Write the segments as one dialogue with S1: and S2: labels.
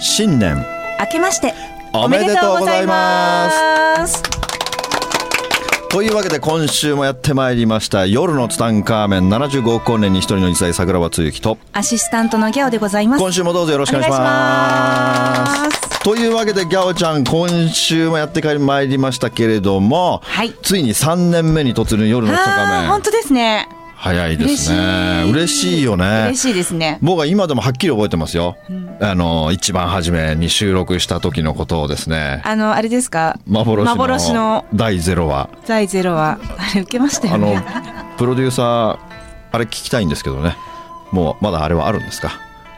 S1: 新年
S2: 明けまして
S1: おめでとうございます
S2: す
S1: というわけで今週もやってまいりました夜のツタンカーメン75億光年に一人の二歳桜庭つゆきと
S2: アシスタントのギャオでございます
S1: 今週もどうぞよろしくお願いし
S2: お願
S1: ま
S2: いし
S1: すというわけでギャオちゃん今週もやってまいりましたけれども、
S2: はい
S1: ついに3年目に突入夜のツタンカ
S2: あー
S1: ーメ
S2: 本
S1: ン
S2: 当ですね
S1: 早いですね嬉しいよね
S2: 嬉しいですね
S1: 僕は今でもはっきり覚えてますよ、あの一番初めに収録した時のことをですね
S2: あのあれですか
S1: 幻の
S2: 幻の
S1: 第ゼロ話
S2: 第ゼロはあれ受けました
S1: あ
S2: よ
S1: の
S2: ね
S1: プロデューサーあれ聞きたいんですけどねもうまだあれはあるんですか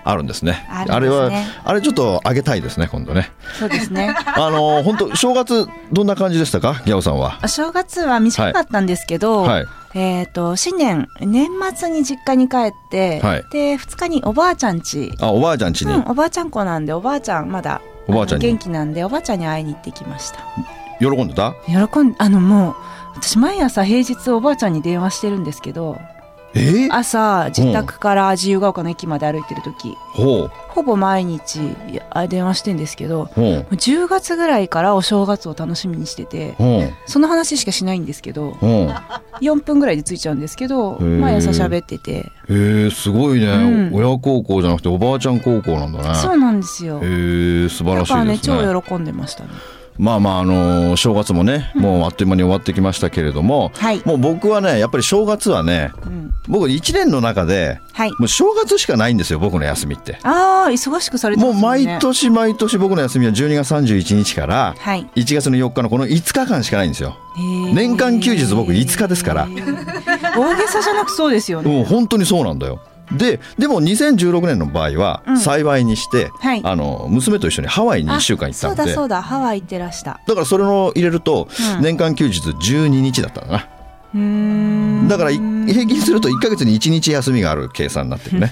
S1: あるんですね
S2: あるんですね
S1: あれはあれちょっと上げたいですね今度ね
S2: そうですね
S1: あの 本当正月どんな感じでしたかギャオさんは
S2: お正月は短かったんですけど、
S1: はいはい
S2: えっ、と新年年末に実家に帰って、
S1: はい
S2: で2日におばあちゃん家
S1: あおばあちゃん家に、
S2: うん、おばあちゃん子なんでおばあちゃんまだ
S1: おばあちゃんに
S2: の元気なんでおばあちゃんに会いに行ってきました
S1: 喜んでた
S2: 喜んあのもう私毎朝平日おばあちゃんに電話してるんですけど
S1: えー
S2: 朝自宅から自由が丘の駅まで歩いてる時、
S1: ほう
S2: ほぼ毎日いやあ電話してんですけども
S1: ほう
S2: う10月ぐらいからお正月を楽しみにしてて
S1: ほう
S2: その話しかしないんですけど
S1: ほう
S2: 4分ぐらいで着いちゃうんですけど
S1: ー
S2: 毎朝喋ってて
S1: えー、すごいね、
S2: うん
S1: 親孝行じゃなくておばあちゃん孝行なんだね
S2: そうなんですよ
S1: えー、素晴
S2: だ
S1: らし
S2: から
S1: い
S2: ね
S1: ですね
S2: 超喜んでましたね
S1: まあまああのー正月もねもうあっという間に終わってきましたけれども、
S2: はい
S1: もう僕はねやっぱり正月はね
S2: うん
S1: 僕1年の中で
S2: はい
S1: もう正月しかないんですよ僕の休みって
S2: ああ忙しくされて
S1: も
S2: ま
S1: う
S2: すよね
S1: 毎年毎年僕の休みは12月31日から
S2: はい
S1: 1月の4日のこの5日間しかないんですよ年
S2: 年
S1: 間休日僕5日ですから
S2: 大げさじゃなくそうですよね
S1: もう本当にそうなんだよででも2016年の場合は
S2: うん
S1: 幸いにして、
S2: はい
S1: あの娘と一緒にハワイに1週間行った
S2: そ
S1: ん
S2: う
S1: で
S2: だそうだハワイ行ってらした
S1: だからそれの入れると、
S2: うん
S1: 年間休日12日だったんだな
S2: うーん
S1: だからい平均すると1ヶ月に1日休みがある計算になってる ね。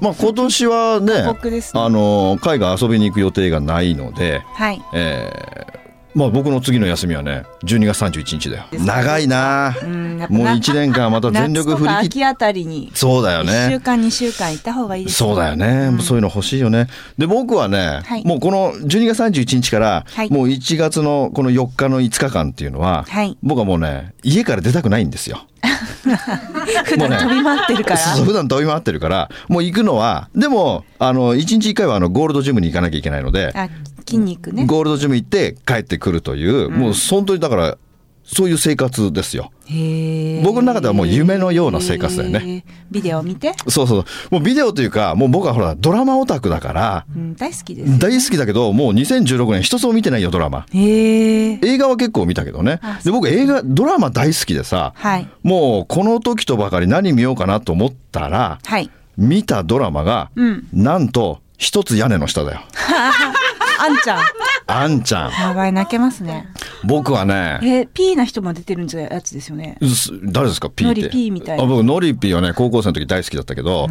S1: まあ今年はね
S2: 過酷ですね
S1: あの海外遊びに行く予定がないので、
S2: はい
S1: えーまあ、僕の次の休みはね12月31日だよ長いな
S2: うんやっぱ
S1: もう
S2: な
S1: 1年間また全力振り
S2: 夏とか
S1: 切っ
S2: 秋あたりに
S1: そうだよ
S2: 1週
S1: ね
S2: 間2週間行った方がいいです
S1: そうだよね、もうそういうの欲しいよねで僕はね、
S2: はい
S1: もうこの12月31日から、
S2: はい
S1: もう1月のこの4日の5日間っていうのは、
S2: はい
S1: 僕はもうね家から出たくないんですよ。
S2: 普
S1: もうね
S2: 段飛び回ってるから
S1: そうそう普段飛び回ってるからもう行くのはでもあの1日1回はあのゴールドジムに行かなきゃいけないので、
S2: あ筋肉ね
S1: ゴールドジム行って帰ってくるという、もう本当にだからそういう生活ですよ。
S2: へえ
S1: 僕の中ではもう夢のような生活だよね
S2: へえビデオ見て
S1: そうそうもうビデオというかもう僕はほらドラマオタクだから
S2: うん大好きです
S1: 大好きだけどもう2016年一つも見てないよドラマ
S2: へえ
S1: 映画は結構見たけどね
S2: あ
S1: で僕映画ドラマ大好きでさ
S2: はい
S1: もうこの時とばかり何見ようかなと思ったら
S2: はい
S1: 見たドラマが、
S2: うん
S1: なんと一つ屋根の下 だよ。
S2: あんちゃん
S1: あんちゃん。
S2: やばい泣けますね
S1: 僕はね、
S2: えー、P な人も出てるんじゃやつですよね
S1: す誰ですか P って。
S2: ノリ P みたいな
S1: あ僕ノリ P はね高校生の時大好きだったけど、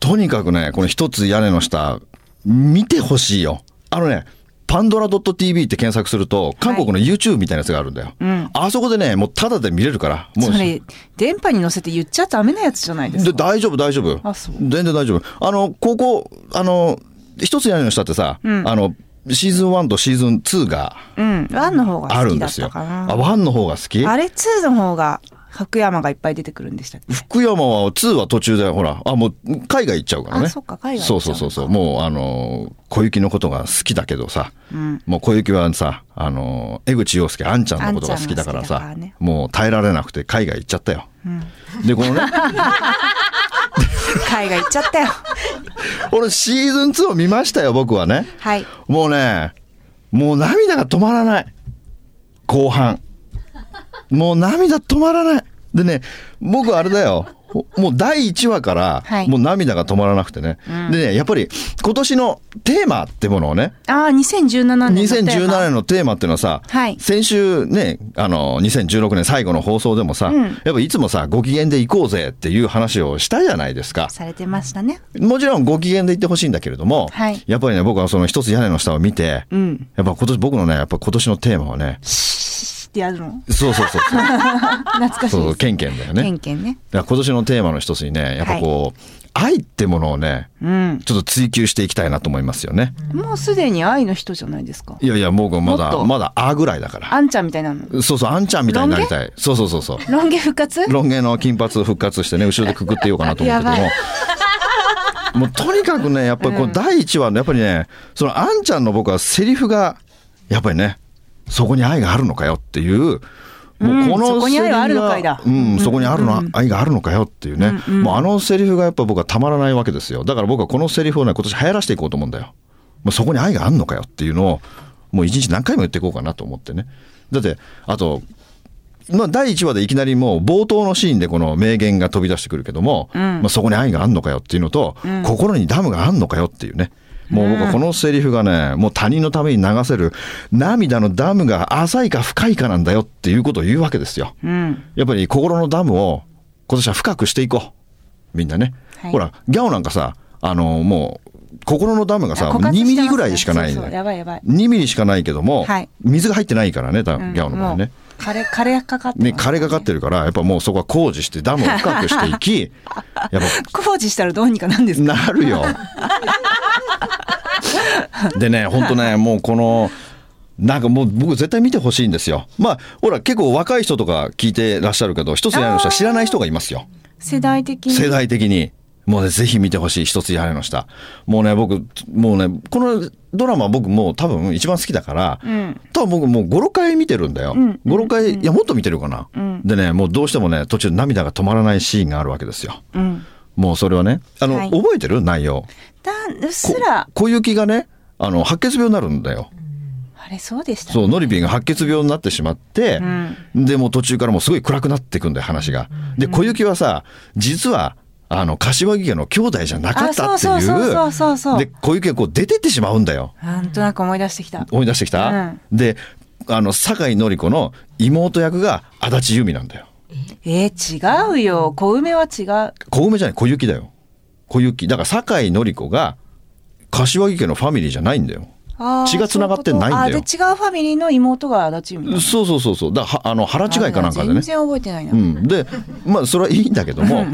S1: とにかくねこの一つ屋根の下見てほしいよ。あのね。パンドラ .tv って検索すると韓国の YouTube みたいなやつがあるんだよ、
S2: ん
S1: あそこでねもうタダで見れるからもう
S2: それ電波に乗せて言っちゃダメなやつじゃないです
S1: で
S2: か。
S1: 大丈夫大丈夫
S2: あそう
S1: 全然大丈夫あのここあの一つ屋根の下ってさ、
S2: うん
S1: あのシーズン1とシーズン2が
S2: うん、ワンの方が
S1: あ
S2: 好
S1: るん
S2: きだ
S1: で
S2: っ
S1: す
S2: た
S1: よ。
S2: か
S1: あ、
S2: な。
S1: ワンの方が好き
S2: あれツーの方が白山がいっぱい出てくるんでしたっけ。
S1: 福山は2は途中でほら、あ、もう海外行っちゃうからね。
S2: あそっか海外
S1: そう
S2: 行っちゃ
S1: そう
S2: のか
S1: そうそう。もうあの、小雪のことが好きだけどさ、
S2: うん。
S1: もう小雪はさ、あの、江口洋介、あんちゃんのことが好きだからさ、
S2: あんちゃんが好きだからね
S1: もう耐えられなくて海外行っちゃったよ。で、この ね、
S2: 海外行っち ゃったよ。
S1: 俺シーズン2を見ましたよ、僕はね。
S2: はい。
S1: もうね、もう涙が止まらない。後半。もう涙止まらない。でね、僕あれだよ。ほもう第1話から
S2: は、い
S1: もう涙が止まらなくてね。
S2: うん
S1: でね、やっぱり今年のテーマってものをね、
S2: ああ、2017年。
S1: 2017年
S2: 年。
S1: のテーマっていうのはさ、
S2: はい
S1: 先週ね、あの、2016年最後の放送でもさ、
S2: うん
S1: やっぱいつもさ、ご機嫌で行こうぜっていう話をしたじゃないですか。
S2: されてましたね。
S1: もちろんご機嫌で行ってほしいんだけれども、
S2: はい
S1: やっぱりね、僕はその一つ屋根の下を見て、
S2: うん。
S1: やっぱ今年僕のねやっぱ今年のテーマはね
S2: ってやるの
S1: そうそうそ うそう。
S2: 懐かしい
S1: そうそ
S2: で
S1: う、
S2: す
S1: ケンケンだよね。
S2: ケンケンね
S1: だから今年のテーマの一つにね、やっぱこう、愛ってものをね、
S2: うん
S1: ちょっと追求していきたいなと思いますよね。
S2: もうすでに愛の人じゃないですか
S1: いやいや、僕はま
S2: もっ
S1: だ、
S2: と
S1: まだあぐらいだから。
S2: あんちゃんみたいなの
S1: そうそう、あんちゃんみたいになりたい。そうそうそうそう。
S2: ロン毛復活
S1: ロン毛の金髪復活してね、後ろでくくってようかなと思うけど
S2: やば
S1: も。もうとにかくね、やっぱりこう、第一話の、やっぱりね、そのあんちゃんの僕はセリフが、やっぱりね、そこに愛があるのかよっていう、
S2: う
S1: も
S2: ん
S1: うこの
S2: そこに
S1: セリ
S2: 愛
S1: フ
S2: は
S1: が
S2: あるのかいだ
S1: うん、そこにあるの、愛があるのかよっていうね、もうあのセリフがやっぱ僕はたまらないわけですよ。だから僕はこのセリフをね、今年流行らせていこうと思うんだよ。もうそこに愛があるのかよっていうのを、もう一日何回も言っていこうかなと思ってね。だって、あと、まあ、第1話でいきなりもう冒頭のシーンでこの名言が飛び出してくるけども、まあ、そこに愛があんのかよっていうのと、心にダムがあんのかよっていうねもう僕はこのセリフがねもう他人のために流せる涙のダムが浅いか深いかなんだよっていうことを言うわけですよ。
S2: うん
S1: やっぱり心のダムを今年は深くしていこうみんなね、
S2: はい
S1: ほらギャオなんかさあのもう心のダムがさ、
S2: あ枯渇
S1: 2
S2: してます
S1: ミ
S2: ね
S1: リぐらいしかないん
S2: そう
S1: だ
S2: そう
S1: よ
S2: やばいやばい、
S1: 2ミリしかないけども、
S2: はい
S1: 水が入ってないからねだギャオの場合ね、
S2: もう枯れ枯れかかってます
S1: ね、枯れかかってるから、やっぱもうそこは工事して、ダムを深くしていき、やっ
S2: 工事したらどうにかなんです
S1: ぱ、
S2: か
S1: なるよ。でね、ほんとね、もうこの、なんかもう僕絶対見てほしいんですよ。まあ、ほら、結構若い人とか聞いてらっしゃるけど、一つ屋根の下知らない人がいますよ。
S2: 世代的に
S1: 世代的に。もうね、ぜひ見てほしい、一つ屋根の下。もうね、僕、もうね、このドラマ僕もう多分一番好きだから、
S2: うん
S1: 多分僕もう56回見てるんだよ、
S2: ん
S1: 56回いやもっと見てるかな、
S2: ん
S1: でねもうどうしてもね途中涙が止まらないシーンがあるわけですよ
S2: うん
S1: もうそれはねあの、
S2: はい
S1: 覚えてる内容
S2: だうっす
S1: こ
S2: ら
S1: 小雪がねあの白血病になるんだよ、
S2: あれそうでしたね
S1: そうノリピーが白血病になってしまって、でもう途中からもうすごい暗くなっていくんだよ話がで小雪はさ実はあの柏木家の兄弟じゃなかった
S2: あ
S1: ってい
S2: そううそうそうそうそう
S1: で小雪がこう出てってしまうんだよ
S2: なんとなく思い出してきた
S1: 思い出してきた、であの酒井紀子の妹役が足立由美なんだよ
S2: えー、違うよ小梅は違う
S1: 小梅じゃない小雪だよ小雪だから酒井紀子が柏木家のファミリーじゃないんだよ
S2: あー
S1: 血が繋がってないんだよ
S2: そううことあーで違うファミリーの妹が足立由美
S1: そうそうそうそうだからはあの腹違いかなんかで
S2: 全
S1: ね
S2: 然覚えてないな、
S1: うん、でまあそれはいいんだけども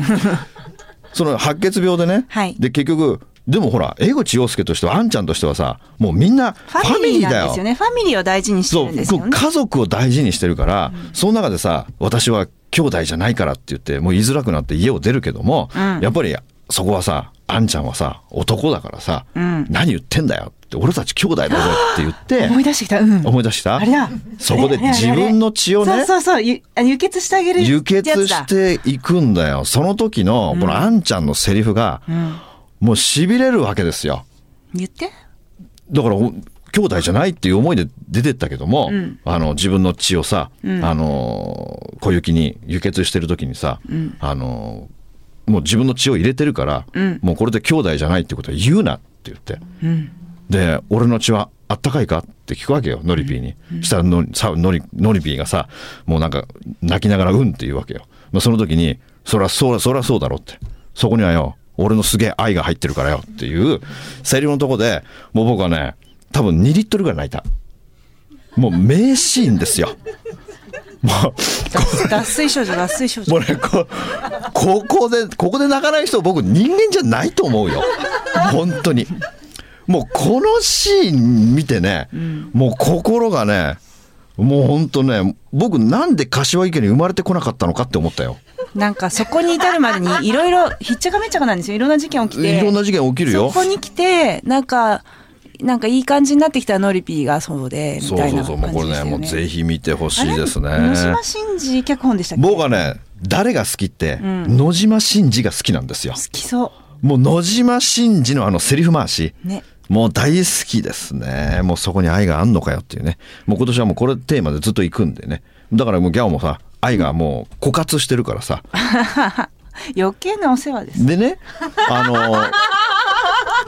S1: その白血病でね、
S2: はい
S1: で結局でもほら江口洋介としてはあんちゃんとしてはさもうみんなフ
S2: フ
S1: ァ
S2: ァ
S1: ミ
S2: ミ
S1: リ
S2: リ
S1: ー
S2: ー
S1: だ
S2: なん
S1: よ
S2: ですよねファミリーを大事にして
S1: そ
S2: るんです
S1: う
S2: よね
S1: 家族を大事にしてるから、その中でさ私は兄弟じゃないからって言ってもう言いづらくなって家を出るけども、
S2: ん
S1: やっぱりそこはさあんちゃんはさ男だからさ、
S2: うん
S1: 何言ってんだよって俺たち兄弟だぞって言って
S2: 思い出してきたうん
S1: 思い出した
S2: あれだ
S1: そこで
S2: あれあれあれ
S1: 自分の血をね
S2: そうそうそうゆあ輸血してあげる
S1: 輸
S2: ってや
S1: 血
S2: つだ
S1: していくんだよその時のこのあんちゃんのセリフが、
S2: ん
S1: もうしびれるわけですよ
S2: 言って
S1: だからお兄弟じゃないっていう思いで出てったけども、
S2: ん
S1: あの自分の血をさ、
S2: うん
S1: あの小雪に輸血してる時にさ、
S2: ん
S1: あのもう自分の血を入れてるから、
S2: うん
S1: もうこれで兄弟じゃないってことは言うなって言って
S2: うん
S1: で俺の血はあったかいかって聞くわけよノリピーに、したらのさノリノリピーがさもうなんか泣きながら「うん」って言うわけよ、まあ、その時に「そりゃそうそりゃそうだろ」ってそこにはよ俺のすげえ愛が入ってるからよっていうセリフのとこでもう僕はね多分2リットルぐらい泣いたもう名シーンですよもう
S2: 脱脱水症状脱水症
S1: も
S2: 状
S1: うねこここでここで泣かない人僕人間じゃないと思うよ本当にもうこのシーン見てね、もう心がねもう本当ね僕なんで柏木家に生まれてこなかったのかって思ったよ
S2: なんかそこに至るまでにいろいろひっちゃかめっちゃかなんですよいろんな事件起きて
S1: いろんな事件起きるよ
S2: そこに来てなんかなんかいい感じになってきたらノリピーがそうでみ
S1: そう
S2: たい
S1: そう
S2: な
S1: そう
S2: 感
S1: もう
S2: じ
S1: これ
S2: で
S1: ね
S2: す
S1: も
S2: よ
S1: う
S2: ね
S1: ぜひ見てほしいですね
S2: あれ野島真司脚本でしたっけ
S1: 僕
S2: 好
S1: はね誰が好きって、
S2: ん
S1: 野島真司が好きなんですよ
S2: きそ
S1: もう野島真司のあのセリフ回し、
S2: うね
S1: もう大好きですね。もうそこに愛があんのかよっていうね。もう今年はもうこれテーマでずっと行くんでね。だからもうギャオもさ、愛がもう枯渇してるからさ。
S2: 余計なお世話です
S1: でね、あのー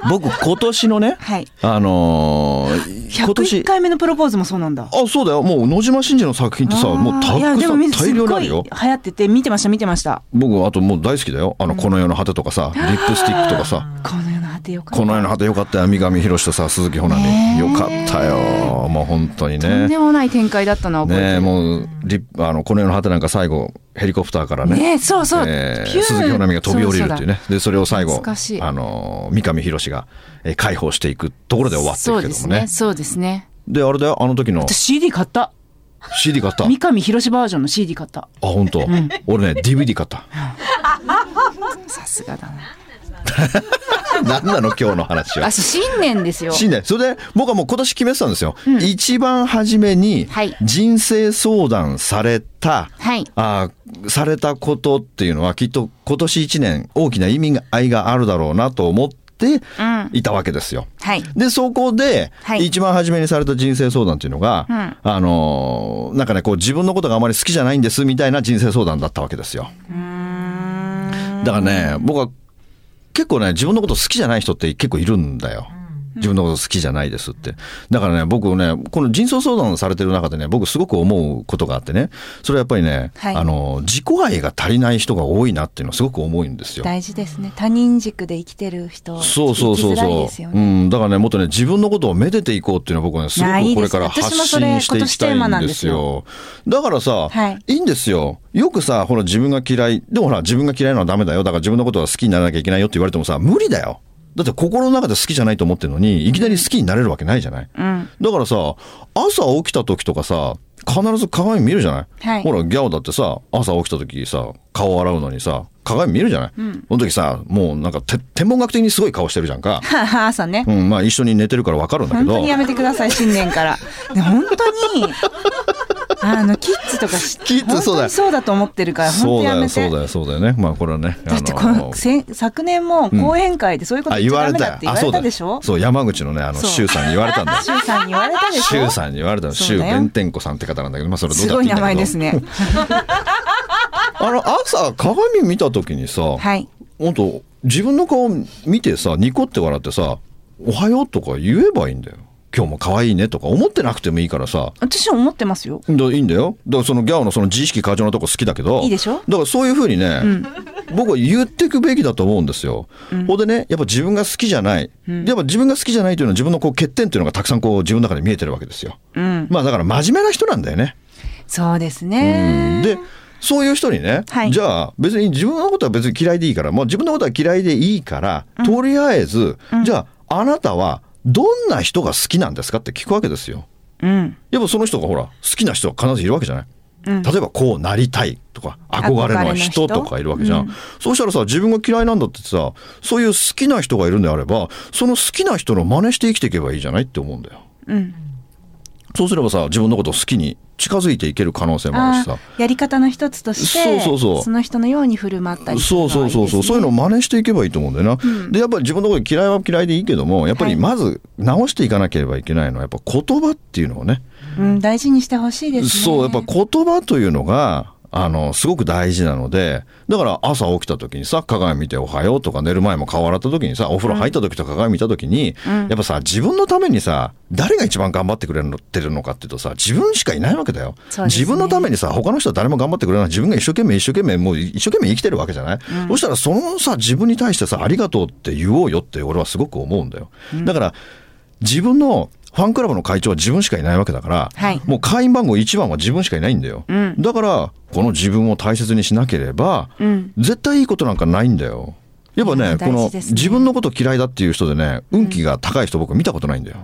S1: 僕今年のね、
S2: はい
S1: あのー今
S2: 101
S1: 年、
S2: 回目のプロポーズもそうなんだ
S1: あ、そうだよ。もう野島真司の作品ってさ、もうた
S2: あーいや
S1: く
S2: で
S1: さ
S2: も
S1: ん
S2: みす
S1: 大
S2: っ
S1: 量にあ
S2: ご
S1: る
S2: い流
S1: よ。
S2: 行ってて見てました見てました
S1: 僕あともう大好きだよ。あの、この世の果てとかさ、リップスティックとかさ。
S2: この世の果てよかった
S1: この世の果てよかったよ三上博史とさ鈴木保奈
S3: ね
S1: に
S3: え
S1: よかったよもう本当に
S3: とん
S1: ね
S3: でもない展開だったのは覚えて
S1: ねえ
S3: る。
S1: もうリあのこの世の果てなんか最後ヘリコプターからね
S3: ねえそうそう。
S1: えー
S3: ピュー
S1: 鈴木保奈美が飛び降りるっていうね。でそれを最後
S3: 懐かしい
S1: あの三上博史が、えー解放していくところで終わって
S3: そう
S1: るけ
S3: で
S1: ども
S3: す
S1: ね
S3: ね。そうですね。
S1: であれだよあの時の
S2: 私 CD 買った
S1: CD 買ったあ
S2: 三上博士バージョンの CD 買った
S1: 本当、俺ね DVD 買 った
S3: さすがだな。
S1: 何なの今日の話は
S3: あ、そう新年ですよ。
S1: 新年それで僕はもう今年決めてたんですよ、一番初めに
S3: はい
S1: 人生相談された、
S3: はい
S1: あーされたことっていうのはきっと今年一年大きな意味合いがあるだろうなと思って
S3: うん
S1: いたわけですよ。
S3: はい。
S1: で、そこで
S3: は、い
S1: 一番初めにされた人生相談っていうのが、
S3: うん
S1: あのー、なんかね、こう自分のことがあまり好きじゃないんですみたいな人生相談だったわけですよ。だからね、僕は結構ね、自分のこと好きじゃない人って結構いるんだよ。自分のこと好きじゃないですって。だからね、僕ね、この人相相談されてる中でね、僕すごく思うことがあってね、それはやっぱりね、
S2: はい
S1: あのー、自己愛が足りない人が多いなっていうのはすごく思うんですよ。
S2: 大事ですね他人軸で生きてる人
S1: そうそうそう
S2: 生きづらい
S1: そ
S2: です
S1: う、
S2: よ
S1: う
S2: ね
S1: ん、だからね、もっとね、自分のことをめでていこうっていうのは僕はね、すご
S2: あい
S1: くこ
S2: いで
S1: れ
S2: す
S1: から
S2: ね
S1: 発
S2: 私もそ
S1: 信
S2: れ
S1: していきたいんですよ。だからさ、
S2: はい
S1: い、いんですよ。よくさ、ほら、自分が嫌い、でもほら、自分が嫌いなのはダメだよ。だから自分のことは好きにならなきゃいけないよって言われてもさ、無理だよ。だって心の中で好きじゃないと思ってるのに、いきなり好きになれるわけないじゃない。
S3: うん。
S1: だからさ、朝起きた時とかさ、必ず鏡見るじゃない、
S3: はい
S1: ほら、ギャオだってさ、朝起きた時さ、顔洗うのにさ、鏡見るじゃない、その時さ、もうなんかて天文学的にすごい顔してるじゃん か。
S2: 朝ね
S1: うん、まあ一緒に寝てるからわかるんだけ
S2: 本当
S1: ど
S2: に。やめてください新 年から、ね、本当にあのキッズとかし
S1: キッズ
S2: 本当に
S1: そうだよ
S2: そうだと思ってるから本
S1: そ
S2: 当
S1: う
S2: や
S1: だ
S2: め
S1: よ、
S2: て
S1: そうだよ、そうだよね。まあこれはね。
S2: だって
S1: あ
S2: この先昨年も講演会でそういうこと
S1: あ、
S2: 言っ
S1: 言
S2: ちゃ
S1: わ
S2: ダ
S1: れ
S2: メだ
S1: た
S2: っ
S1: よ
S2: て。言
S1: あ、
S2: わ
S1: そ
S2: れ
S1: う
S2: た
S1: だ
S2: でしょ
S1: よ。そう、山口のね、あの、
S2: そう
S1: 周さんに言われたんだよ。
S2: 周さんに言われたでしょ
S1: 周さんに言われたの。
S2: そ
S1: 周
S2: うだよ
S1: 弁天子さんって方なんだけど、まあそれどう
S2: す
S1: だっ
S2: ご
S1: て
S2: い
S1: いいんだ
S2: 名
S1: けど
S2: 前ですね
S1: あの、朝、鏡見た時にさ、
S2: はい
S1: 本当自分の顔見てさニコって笑ってさ「おはよう」とか言えばいいんだよ今日も可愛いねとか思ってなくてもいいからさ
S2: 私は思ってますよ
S1: だいいんだよだからそのギャオのその自意識過剰なとこ好きだけど
S2: いいでしょ
S1: だからそういうふうにね、僕は言ってくべきだと思うんですよ、ほんでねやっぱ自分が好きじゃない、でやっぱ自分が好きじゃないというのは自分のこう欠点っていうのがたくさんこう自分の中で見えてるわけですよ、
S2: うん
S1: まあだから真面目な人なんだよね
S2: そうですね
S1: でそういう人にね、
S2: はい
S1: じゃあ別に自分のことは別に嫌いでいいからもう自分のことは嫌いでいいから、とりあえず、じゃああなたはどんな人が好きなんですかって聞くわけですよ。
S2: うん
S1: やっぱその人がほら好きな人は必ずいるわけじゃない、
S2: うん
S1: 例えばこうなりたいとか憧れの人とかいるわけじゃん、そうしたらさ自分が嫌いなんだってさそういう好きな人がいるんであればその好きな人の真似して生きていけばいいじゃないって思うんだよ
S2: うん
S1: そうすればさ自分のことを好きに近づいていける可能性もある
S2: あ
S1: しさ
S2: あやり方の一つとして
S1: そうそうそう
S2: の人のように振る舞ったりってい
S1: そう
S2: の
S1: そ
S2: は
S1: うそうそう、そういうのを
S2: いいですね
S1: 真似していけばいいと思うんだよな、でやっぱり自分のこと嫌いは嫌いでいいけどもやっぱり
S2: はい
S1: まず直していかなければいけないのはやっぱ言葉っていうのをね
S2: うん、大事にしてほしいですね
S1: そうやっぱ言葉というのがあのすごく大事なのでだから朝起きた時にさ鏡見て「おはよう」とか寝る前も顔洗った時にさお風呂入った時とか鏡見た時に、やっぱさ自分のためにさ誰が一番頑張ってくれてるのかっていうとさ自分しかいないわけだよ、
S2: そうですね
S1: 自分のためにさ他の人は誰も頑張ってくれない自分が一生懸命一生懸命もう一生懸命生きてるわけじゃない、そしたらそのさ自分に対してさ「ありがとう」って言おうよって俺はすごく思うんだよ、だから自分のファンクラブの会長は自分しかいないわけだから、
S3: はい
S1: もう会員番号1番は自分しかいないんだよ、だからこの自分を大切にしなければ、絶対いいことなんかないんだよやっぱ
S2: い
S1: ね
S2: や
S1: こ
S2: 大
S1: の
S2: 事ですね
S1: 自分のこと嫌いだっていう人でね運気が高い人僕見たことないんだよ、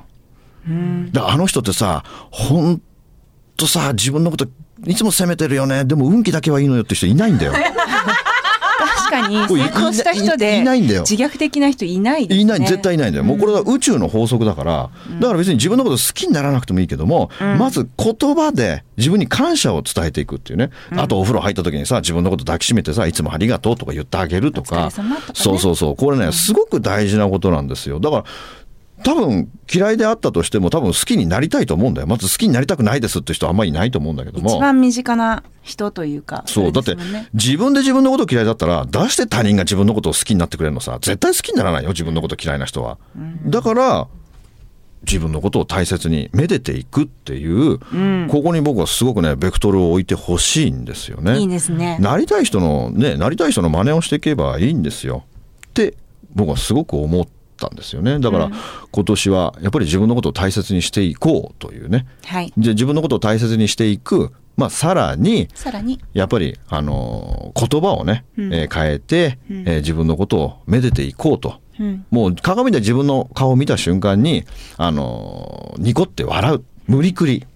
S1: だからあの人ってさほんとさ自分のこといつも責めてるよねでも運気だけはいいのよって人いないん だよ
S2: 確かに
S1: これ
S2: 成功した人
S1: いい
S2: で
S1: いないんだよ
S2: 自虐的な人いないです、ね、
S1: いない絶対いないんだよもうこれは宇宙の法則だから、だから別に自分のこと好きにならなくてもいいけども、まず言葉で自分に感謝を伝えていくっていうね、あとお風呂入った時にさ自分のこと抱きしめてさいつもありがとうとか言ってあげると
S2: お疲
S1: か
S2: れ様とかね
S1: そうそうそうこれねすごく大事なことなんですよだから多分嫌いであったとしても多分好きになりたいと思うんだよまず好きになりたくないですって人はあんまりいないと思うんだけども
S2: 一番身近な人というか
S1: そう、だ
S2: れ
S1: っ
S2: で
S1: て
S2: すもんね、
S1: 自分で自分のこと嫌いだったら、出して他人が自分のことを好きになってくれるのさ、絶対好きにならないよ、自分のこと嫌いな人は。だから、自分のことを大切にめでていくっていう、ここに僕はすごくね、ベクトルを置いてほしいんですよね。
S2: いいですね
S1: なりたい人の、ね、なりたい人の真似をしていけばいいんですよ。って、僕はすごく思っったんですよね。だから今年はやっぱり自分のことを大切にしていこうというね。
S2: はい。
S1: じゃあ自分のことを大切にしていく、まあ、さらに、
S2: さらに。
S1: やっぱり、あのー言葉をね、
S2: うん
S1: えー変えて、
S2: うん
S1: えー自分のことをめでていこうと。
S2: うん。
S1: もう鏡で自分の顔を見た瞬間に、あのーニコって笑う。無理くり。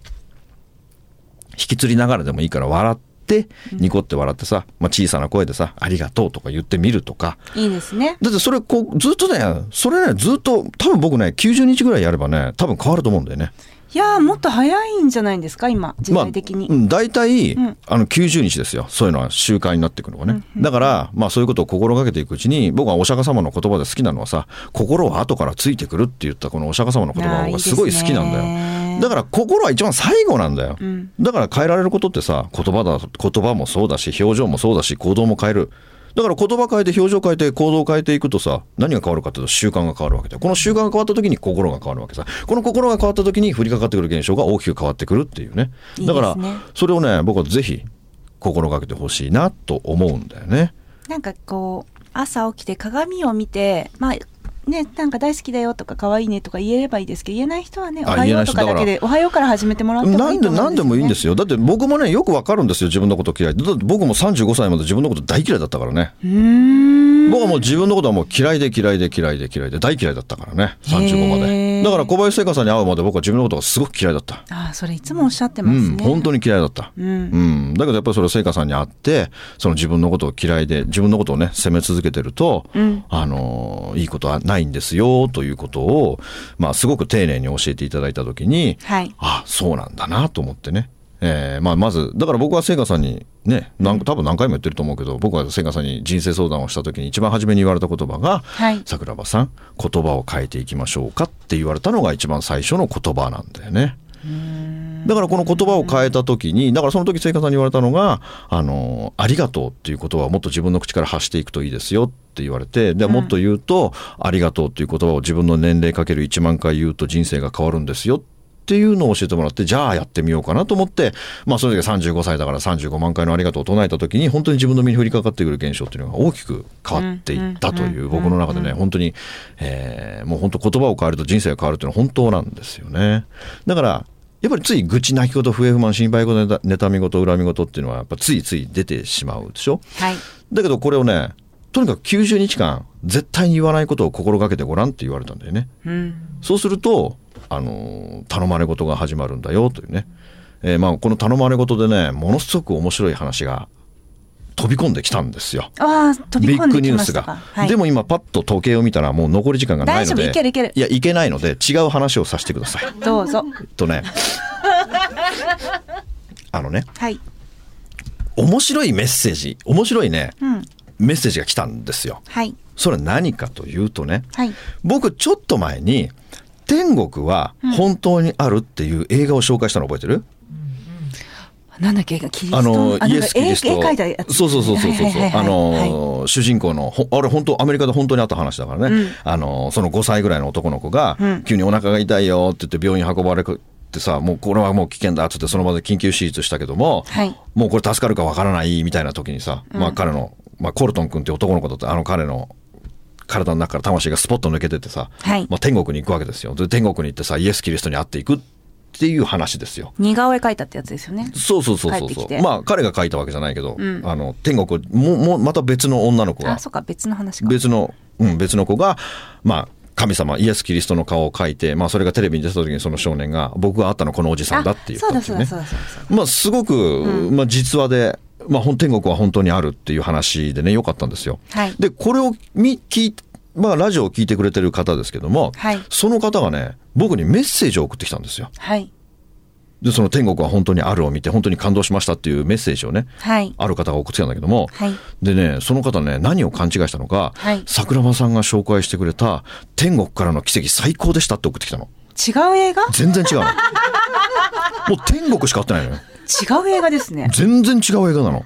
S1: 引きつりながらでもいいから笑って、ニコって笑ってさ、まあ、小さな声でさ、ありがとうとか言ってみるとか。
S2: いいですね。
S1: だってそれこう、ずっとね、それね、ずっと、多分僕ね、90日ぐらいやればね、多分変わると思うんだよね。
S2: いやー、もっと早いんじゃないんですか、今、時代的に。
S1: まあうん、大体、
S2: うん
S1: あの90日ですよそういうのは習慣になっていくのがね、だから、まあ、そういうことを心がけていくうちに僕はお釈迦様の言葉で好きなのはさ心は後からついてくるって言ったこのお釈迦様の言
S2: あ
S1: 葉
S2: ーいい
S1: が
S2: です
S1: すごい好きなんだよ
S2: ね
S1: だから心は一番最後なんだよ、
S2: うん
S1: だから変えられることってさ言葉だ言葉もそうだし表情もそうだし行動も変えるだから言葉変えて表情変えて行動変えていくとさ何が変わるかというと習慣が変わるわけだよこの習慣が変わった時に心が変わるわけさこの心が変わった時に降りかかってくる現象が大きく変わってくるっていうね
S2: いいで
S1: だ
S2: すね
S1: からそれをね僕はぜひ心がけてほしいなと思うんだよね
S2: なんかこう、朝起きて鏡を見て、まあ、ね、なんか大好きだよとか可愛いねとか言えればいいですけど言えない人はね「お
S1: あ
S2: はよう」とか
S1: 言え
S2: だけ
S1: ない
S2: で「おはよう」から始めてもらっても
S1: ない
S2: い
S1: ん
S2: と
S1: で
S2: 思う
S1: 何でもいいんです
S2: よ
S1: よだって僕もねよくわかるんですよ自分のこと嫌いだって僕も35歳まで自分のこと大嫌いだったからね
S2: ねうーん
S1: 僕はもう自分のことはもう嫌いで嫌いで嫌いで嫌いで大嫌いだったからね35ま
S2: へ
S1: で
S2: ー
S1: だから小林聖華さんに会うまで僕は自分のことがすごく嫌いだった、
S2: ああそれいつもおっしゃって
S1: う
S2: ますね、
S1: ん本当に嫌いだった
S2: うん、
S1: うん、だけどやっぱりそれ聖華さんに会ってその自分のことを嫌いで自分のことをね責め続けてると、
S2: うん
S1: あのーいいことはないんですよということを、まあ、すごく丁寧に教えていただいた時に
S2: はい
S1: あそうなんだなと思ってね、えーまあ、まずだから僕は聖華さんにねなん多分何回も言ってると思うけど僕は聖華さんに人生相談をした時に一番初めに言われた言葉が
S2: はい
S1: 桜庭さん言葉を変えていきましょうかって言われたのが一番最初の言葉なんだよね。だからこの言葉を変えた時にだからその時聖華さんに言われたのが「あのありがとう」っていう言葉をもっと自分の口から発していくといいですよって言われてでもっと言うと「ありがとう」っていう言葉を自分の年齢かける1万回言うと人生が変わるんですよっていうのを教えてもらってじゃあやってみようかなと思ってまあその時は35歳だから35万回の「ありがとう」を唱えた時に本当に自分の身に降りかかってくる現象っていうのが大きく変わっていったという僕の中でね本当に、えーもう本当言葉を変えると人生が変わるっていうのは本当なんですよね。だからやっぱりつい愚痴、泣き言、不平不満、心配事、ねた妬み事、恨み事っていうのはやっぱついつい出てしまうでしょ
S2: はい
S1: だけどこれをね、とにかく90日間絶対に言わないことを心がけてごらんって言われたんだよね。
S2: うん
S1: そうすると、あのー頼まれ事が始まるんだよというね。えーまあこの頼まれ事でね、ものすごく面白い話が飛び込んできたんですよ。
S2: ああ飛び
S1: ビ
S2: 込
S1: ッ
S2: ん
S1: グ
S2: で
S1: ニュー
S2: きま
S1: ス
S2: した
S1: が、
S2: か、はい、
S1: でも今パッと時計を見たらもう残り時間がないので
S2: 大丈夫いけるいける
S1: やいけないので違う話をさせてください
S2: どうぞ
S1: とね あのね
S2: はい
S1: 面白いメッセージ面白いね
S2: うん
S1: メッセージが来たんですよ
S2: はい
S1: それは何かというとね
S2: はい
S1: 僕ちょっと前に「天国は本当にある」っていう映画を紹介したの覚えてる、
S2: なんだっけキリスト
S1: あのイエス・キリス
S2: 絵
S1: ト
S2: 絵描いたやつ
S1: そうそうそうそうそう
S2: はいはいはい
S1: あ
S2: はい
S1: の主人公のほあれ本当アメリカで本当にあった話だからね、
S2: うん
S1: あのその5歳ぐらいの男の子が、
S2: うん
S1: 急にお腹が痛いよって言って病院運ばれてさもうこれはもう危険だっつってその場で緊急手術したけども、
S2: はい
S1: もうこれ助かるかわからないみたいな時にさ、まあ彼の、まあ、コルトン君って男の子だってあの彼の体の中から魂がスポッと抜けててさ、
S2: はい
S1: まあ、天国に行くわけですよで天国に行ってさイエス・キリストに会っていくっていう話ですよ。
S2: 似顔絵描いたってやつですよね
S1: そうそうそうそう
S2: 帰って
S1: そ
S2: き
S1: う
S2: て
S1: まあ彼が書いたわけじゃないけど、
S2: うん
S1: あの天国ももうまた別の女の子が
S2: あそうか別の話か
S1: 別の、うん、別の子が、まあ、神様イエス・キリストの顔を描いて、まあ、それがテレビに出た時にその少年が僕が会ったのはこのおじさんだって言った
S2: あ
S1: ん
S2: そう
S1: で
S2: だ
S1: す
S2: そう
S1: よね
S2: だそうだそうだそう
S1: まあすごく、まあ、実話で、まあ、ほん天国は本当にあるっていう話でねよかったんですよ。
S2: だはい
S1: でこれを見聞いまあ、ラジオを聞いてくれてる方ですけども、
S2: はい
S1: その方がね僕にメッセージを送ってきたんですよ。
S2: はい
S1: でその天国は本当にあるを見て本当に感動しましたっていうメッセージをね
S2: はい
S1: ある方が送ってきたんだけども、
S2: はい
S1: でねその方ね何を勘違いしたのか、
S2: はい
S1: 桜庭さんが紹介してくれた「天国からの奇跡最高でした」って送ってきたの
S2: 違う映画
S1: 全然違 うのもう天国しか合ってないのよ
S2: 違う映画ですね
S1: 全然違う映画なの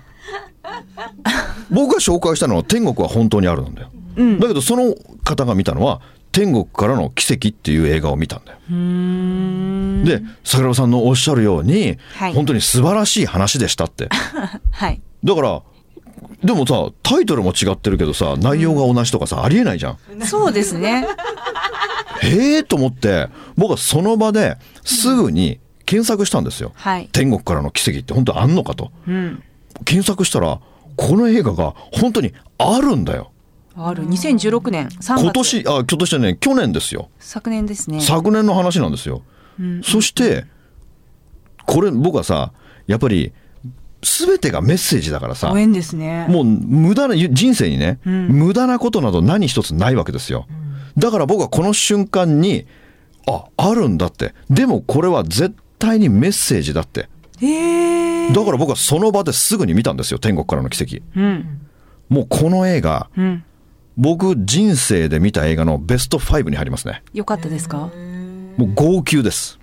S1: 僕が紹介したのは「天国は本当にある」なんだよ、
S2: うん
S1: だけどその方が見たのは「天国からの奇跡」っていう映画を見たんだよ
S2: うーん
S1: で桜庭さんのおっしゃるように、
S2: はい
S1: 本当に素晴らしい話でしたって
S2: はい
S1: だからでもさタイトルも違ってるけどさ内容が同じとかさありえないじゃん。
S2: そうですね。
S1: へえと思って僕はその場ですぐに検索したんですよ。
S2: はい。
S1: 天国からの奇跡って本当あんのかと。
S3: うん。
S1: 検索したらこの映画が本当にあるんだよ。
S3: ある。2016年3月。
S1: 今。年あ今年じゃね去年ですよ。
S3: 昨年ですね。
S1: 昨年の話なんですよ。
S3: うん
S1: そしてこれ僕はさやっぱり全てがメッセージだからさ
S3: ご縁ですね。
S1: もう無駄な人生にね、
S3: うん
S1: 無駄なことなど何一つないわけですよ。だから僕はこの瞬間にああるんだってでもこれは絶対にメッセージだって
S3: へえ。
S1: だから僕はその場ですぐに見たんですよ天国からの奇跡
S3: うん。
S1: もうこの映画
S3: うん。
S1: 僕人生で見た映画のベスト5に入りますね
S3: よかったですか
S1: もう号泣です。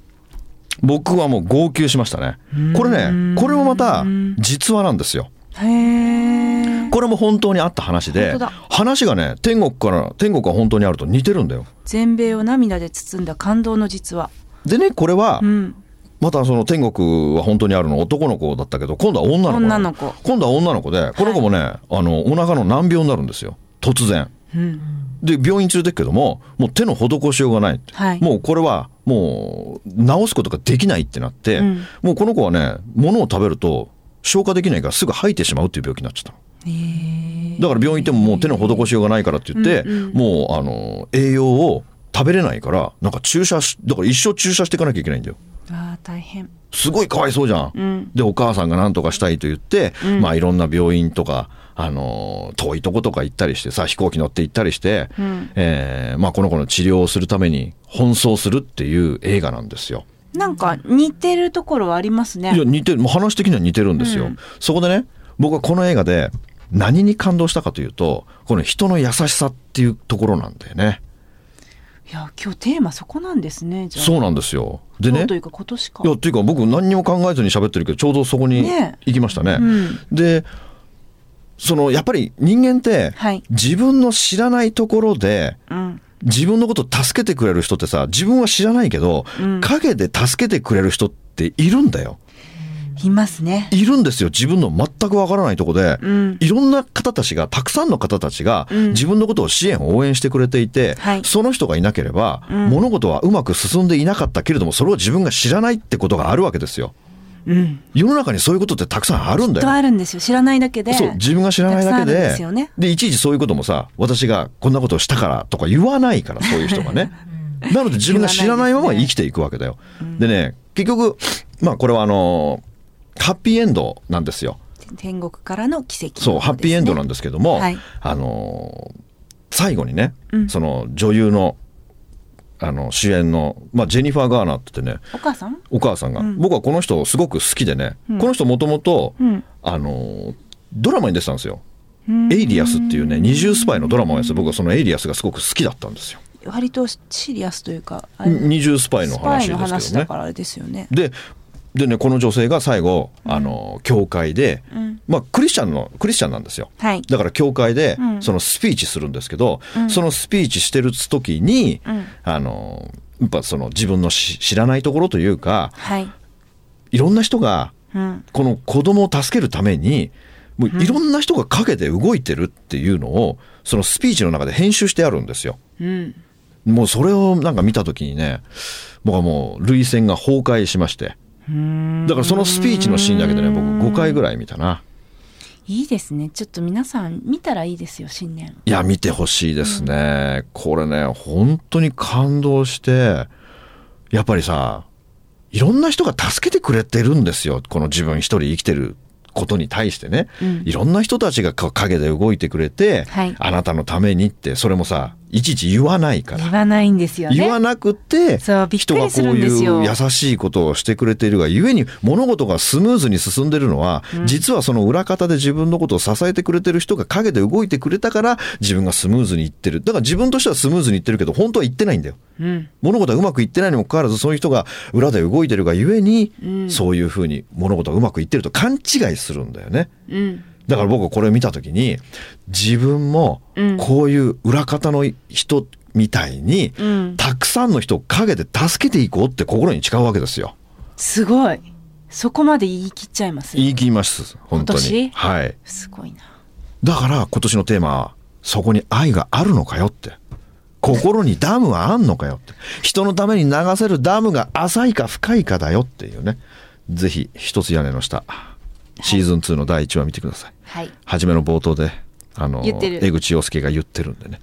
S1: 僕はもう号泣しましたね。これね、これもまた実話なんですよ。
S3: へえ。
S1: これも本当にあった話で
S3: 本当だ、
S1: 話がね、天国から、天国が本当にあると似てるんだよ。
S3: 全米を涙で包んだ感動の実話。
S1: でね、これは
S3: う、ん。
S1: またその天国は本当にあるの男の子だったけど、今度は女の子な。
S3: 女の子
S1: 今度は女の子で、この子もね、あの、お腹の難病になるんですよ。突然。
S3: うん。
S1: で、病院連れてくけども、もう手の施しようがないって。
S3: はい。
S1: もうこれはもう治すことができないってなって、
S3: うん
S1: もうこの子はね物を食べると消化できないからすぐ吐いてしまうっていう病気になっちゃったの
S3: へえ。
S1: だから病院行ってももう手の施しようがないからって言って、もうあの栄養を食べれないからなんか注射しだから一生注射していかなきゃいけないんだよ
S3: ああ、大変。
S1: すごいかわいそうじゃん、
S3: うん。
S1: でお母さんが何とかしたいと言って、
S3: うん
S1: まあいろんな病院とかあの遠いとことか行ったりしてさ飛行機乗って行ったりして、
S3: うん。
S1: えーまあ、この子の治療をするために奔走するっていう映画なんですよ。
S3: なんか似てるところはありますね。
S1: いや似てるもう話的には似てるんですよ、
S3: うん
S1: そこでね僕はこの映画で何に感動したかというとこの人の優しさっていうところなんだよね
S3: いや今日テーマそこなんですねじゃあ
S1: そうなんですよで
S3: 今
S1: ね
S3: 日というか今年か
S1: いやっていうか僕何にも考えずに喋ってるけどちょうどそこに
S3: ね
S1: 行きましたね
S3: うん
S1: でそのやっぱり人間って
S3: はい
S1: 自分の知らないところで
S3: うん
S1: 自分のこと助けてくれる人ってさ自分は知らないけど、
S3: うん
S1: 陰で助けてくれる人っているんだよ
S3: いますね
S1: いるんですよ自分の全くわからないとこで、
S3: うん
S1: いろんな方たちが、たくさんの方たちが、
S3: うん
S1: 自分のことを支援、応援してくれていて、
S3: はい
S1: その人がいなければ、
S3: うん
S1: 物事はうまく進んでいなかったけれども、それを自分が知らないってことがあるわけですよ。
S3: うん
S1: 世の中にそういうことってたくさんあるんだ
S3: と
S1: よ。
S3: あるんですよ知らないだけで
S1: そう、自分が知らないだ
S3: たくさんあ
S1: け
S3: るん
S1: で
S3: ですよね
S1: で、いちいちそういうこともさ、私がこんなことをしたからとか言わないから、そういう人がね。なので自分が知らないまま生きていくわけだよ。でね、結局、まあこれはあの、ハッピーエンドなんですよ。
S3: 天国からの奇跡
S1: そう、ハッピーエンドなん
S3: で
S1: ですけども、
S3: はい
S1: あのー最後にね、
S3: うん
S1: その女優の、あの、主演の、まあ、ジェニファー・ガーナーってね、
S3: すねお母さん
S1: お母さんが、
S3: うん
S1: 僕はこの人すごく好きでね、
S3: うん
S1: この人もともと、
S3: うん
S1: あのードラマに出てたんですよ。
S3: うん
S1: エイリアスっていうね、二重スパイのドラマをやってて僕はそのエイリアスがすごく好きだったんですよ。
S3: 割とシリアスというかあれ
S1: 二重スパイの
S3: スパ
S1: 話
S3: イの
S1: で
S3: 話
S1: すけど
S3: だ
S1: ね。
S3: からあれですよね
S1: で、でね、この女性が最後、あのー教会で、
S3: うん
S1: まあ、クリスチャンの、クリスチャンなんですよ。
S3: はい
S1: だから教会で
S3: うん
S1: そのスピーチするんですけど、
S3: うん
S1: そのスピーチしてる時に、
S3: うん
S1: あのやっぱその自分のし知らないところというか
S3: はい
S1: いろんな人が
S3: うん
S1: この子供を助けるためにもういろんな人が陰で動いてるっていうのをそのスピーチの中で編集してあるんですよ。
S3: うん
S1: もうそれをなんか見た時にね僕はもう涙腺が崩壊しましてだからそのスピーチのシーンだけでね僕5回ぐらい見たな。
S3: いいですねちょっと皆さん見たらいいですよ新年
S1: いや、見てほしいですね。これね、本当に感動して、やっぱりさ、いろんな人が助けてくれてるんですよ。この自分一人生きてることに対してね。
S3: うん
S1: いろんな人たちがか陰で動いてくれて、
S3: はい
S1: あなたのためにって、それもさ、いちいち言わないから。
S3: 言わないんですよね
S1: 言わなくて、
S3: そうびっく
S1: 人が
S3: り
S1: こ
S3: す
S1: う
S3: るん
S1: い
S3: ですよ
S1: う優しいことをしてくれているがゆえに物事がスムーズに進んでるのは、実はその裏方で自分のことを支えてくれてる人が陰で動いてくれたから自分がスムーズにいってるだから自分としてはスムーズにいってるけど本当はいってないんだよ
S3: うん
S1: 物事はうまくいってないにもかかわらずそういう人が裏で動いてるがゆえに、
S3: うん
S1: そういうふうに物事がうまくいってると勘違いするんだよね
S3: うん
S1: だから僕これを見た時に自分も
S3: うん
S1: こういう裏方の人みたいに、
S3: うん
S1: たくさんの人を陰で助けていこうって心に誓うわけですよ。
S3: すごいそこまで言い切っちゃいます
S1: 言い切ります、本当
S3: 今年
S1: に。はい。
S3: すごいな
S1: だから今年のテーマは、そこに愛があるのかよって。心にダムはあんのかよって。人のために流せるダムが浅いか深いかだよっていうね。ぜひ、一つ屋根の下、シーズン2の第1話見てください。
S3: はい。
S1: 初めの冒頭で、あの、
S2: 言ってる
S1: 江口洋介が言ってるんでね。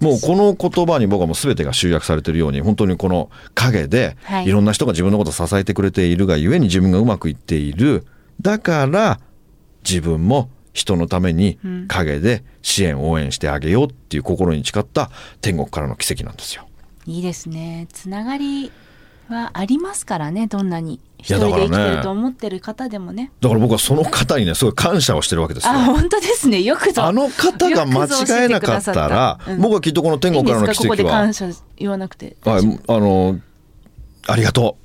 S1: もうこの言葉に僕はもう全てが集約されてるように本当にこの陰で
S3: はい
S1: いろんな人が自分のことを支えてくれているがゆえに自分がうまくいっているだから自分も人のために陰で支援応援してあげようっていう心に誓った天国からの奇跡なんですよ。
S3: いいですね。つながりはありますからね、どんなに。一
S1: や
S3: 人で
S1: だ
S3: 生き
S1: からね
S3: てると思ってる方でもね。
S1: だから僕はその方にねすごい感謝をしてるわけですよ。
S3: あ、本当ですね。よくぞ。
S1: あの方が間違えなかったら
S3: よくぞ教えてくださったうん
S1: 僕はきっとこの天
S3: いいん
S1: 国
S3: で
S1: から
S3: す
S1: の
S3: かこ
S1: 奇
S3: こで
S1: 跡は
S3: 感謝言わなくて。
S1: はい、あの、ありがと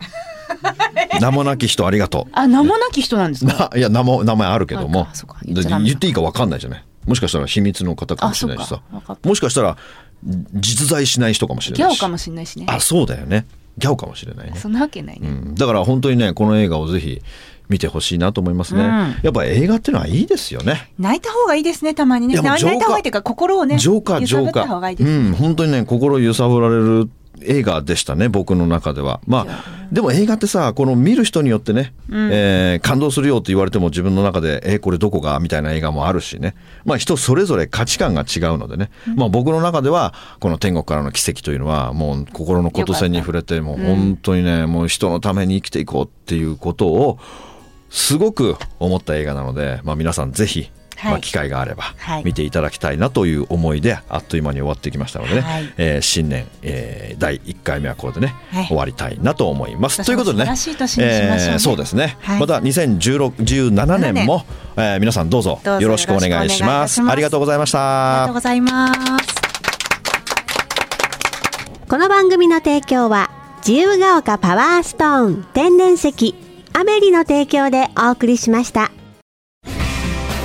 S1: う。 名もなき人ありがと
S3: あ、名もなき人なんです
S1: う。
S3: か。
S1: な、いや、名も、名前あるけども
S3: あそうか。言っちゃダメ
S1: 言っていいかわかんないじゃない。もしかしたら秘密の方かもしれないし
S3: あ
S1: さ
S3: そうかわかっ。た
S1: もしかしたら、実在しない人かもしれ
S3: ギ
S1: な
S3: ャ
S1: い
S3: オ
S1: し。
S3: かもしれないしね。
S1: あ、そうだよね。ギャオかもしれないね。
S3: そんなわけないね。
S1: うんだから本当にね、この映画をぜひ見てほしいなと思いますね。
S3: うん
S1: やっぱ映画っていうのはいいですよね。
S2: 泣いた方がいいですね、たまに
S1: い
S2: ね。
S1: やもう
S2: 泣い
S1: 浄化
S2: た方がいいというか、心をね、
S1: ジョーカー、ジョー
S2: 揺さぶった
S1: カ
S2: 方がいい
S1: ー。
S2: です。
S1: うん、本当にね、心揺さぶられる映画でしたね、僕の中では。まあ、でも映画ってさ、この見る人によってね、えー感動するよって言われても自分の中で、えーこれどこがみたいな映画もあるしね。まあ、人それぞれ価値観が違うのでね。まあ、僕の中では、この天国からの奇跡というのは、もう心のことせに触れて、もう本当にね、もう人のために生きていこうっていうことを、すごく思った映画なので、まあ、皆さんぜひ、
S3: はい
S1: まあ、機会があれば
S3: はい
S1: 見ていただきたいなという思いであっという間に終わってきましたのでね、
S3: はい
S1: えー新年、えー第1回目はこれでね、
S3: はい
S1: 終わりたいなと思います。
S3: 私も
S1: ということでね
S3: 素晴らしい年にしましょうね
S1: えーそうですね、
S3: はい
S1: また2017年も、えー皆さんどうぞ
S3: どうぞ
S1: よろしくお願いし
S3: よろ
S1: ま
S3: し
S1: す。
S3: くお
S1: あ
S3: 願いいたします
S1: りがとうございました。
S3: ありがとうございます。
S4: この番組の提供は自由が丘パワーストーン天然石アメリの提供でお送りしました
S5: ス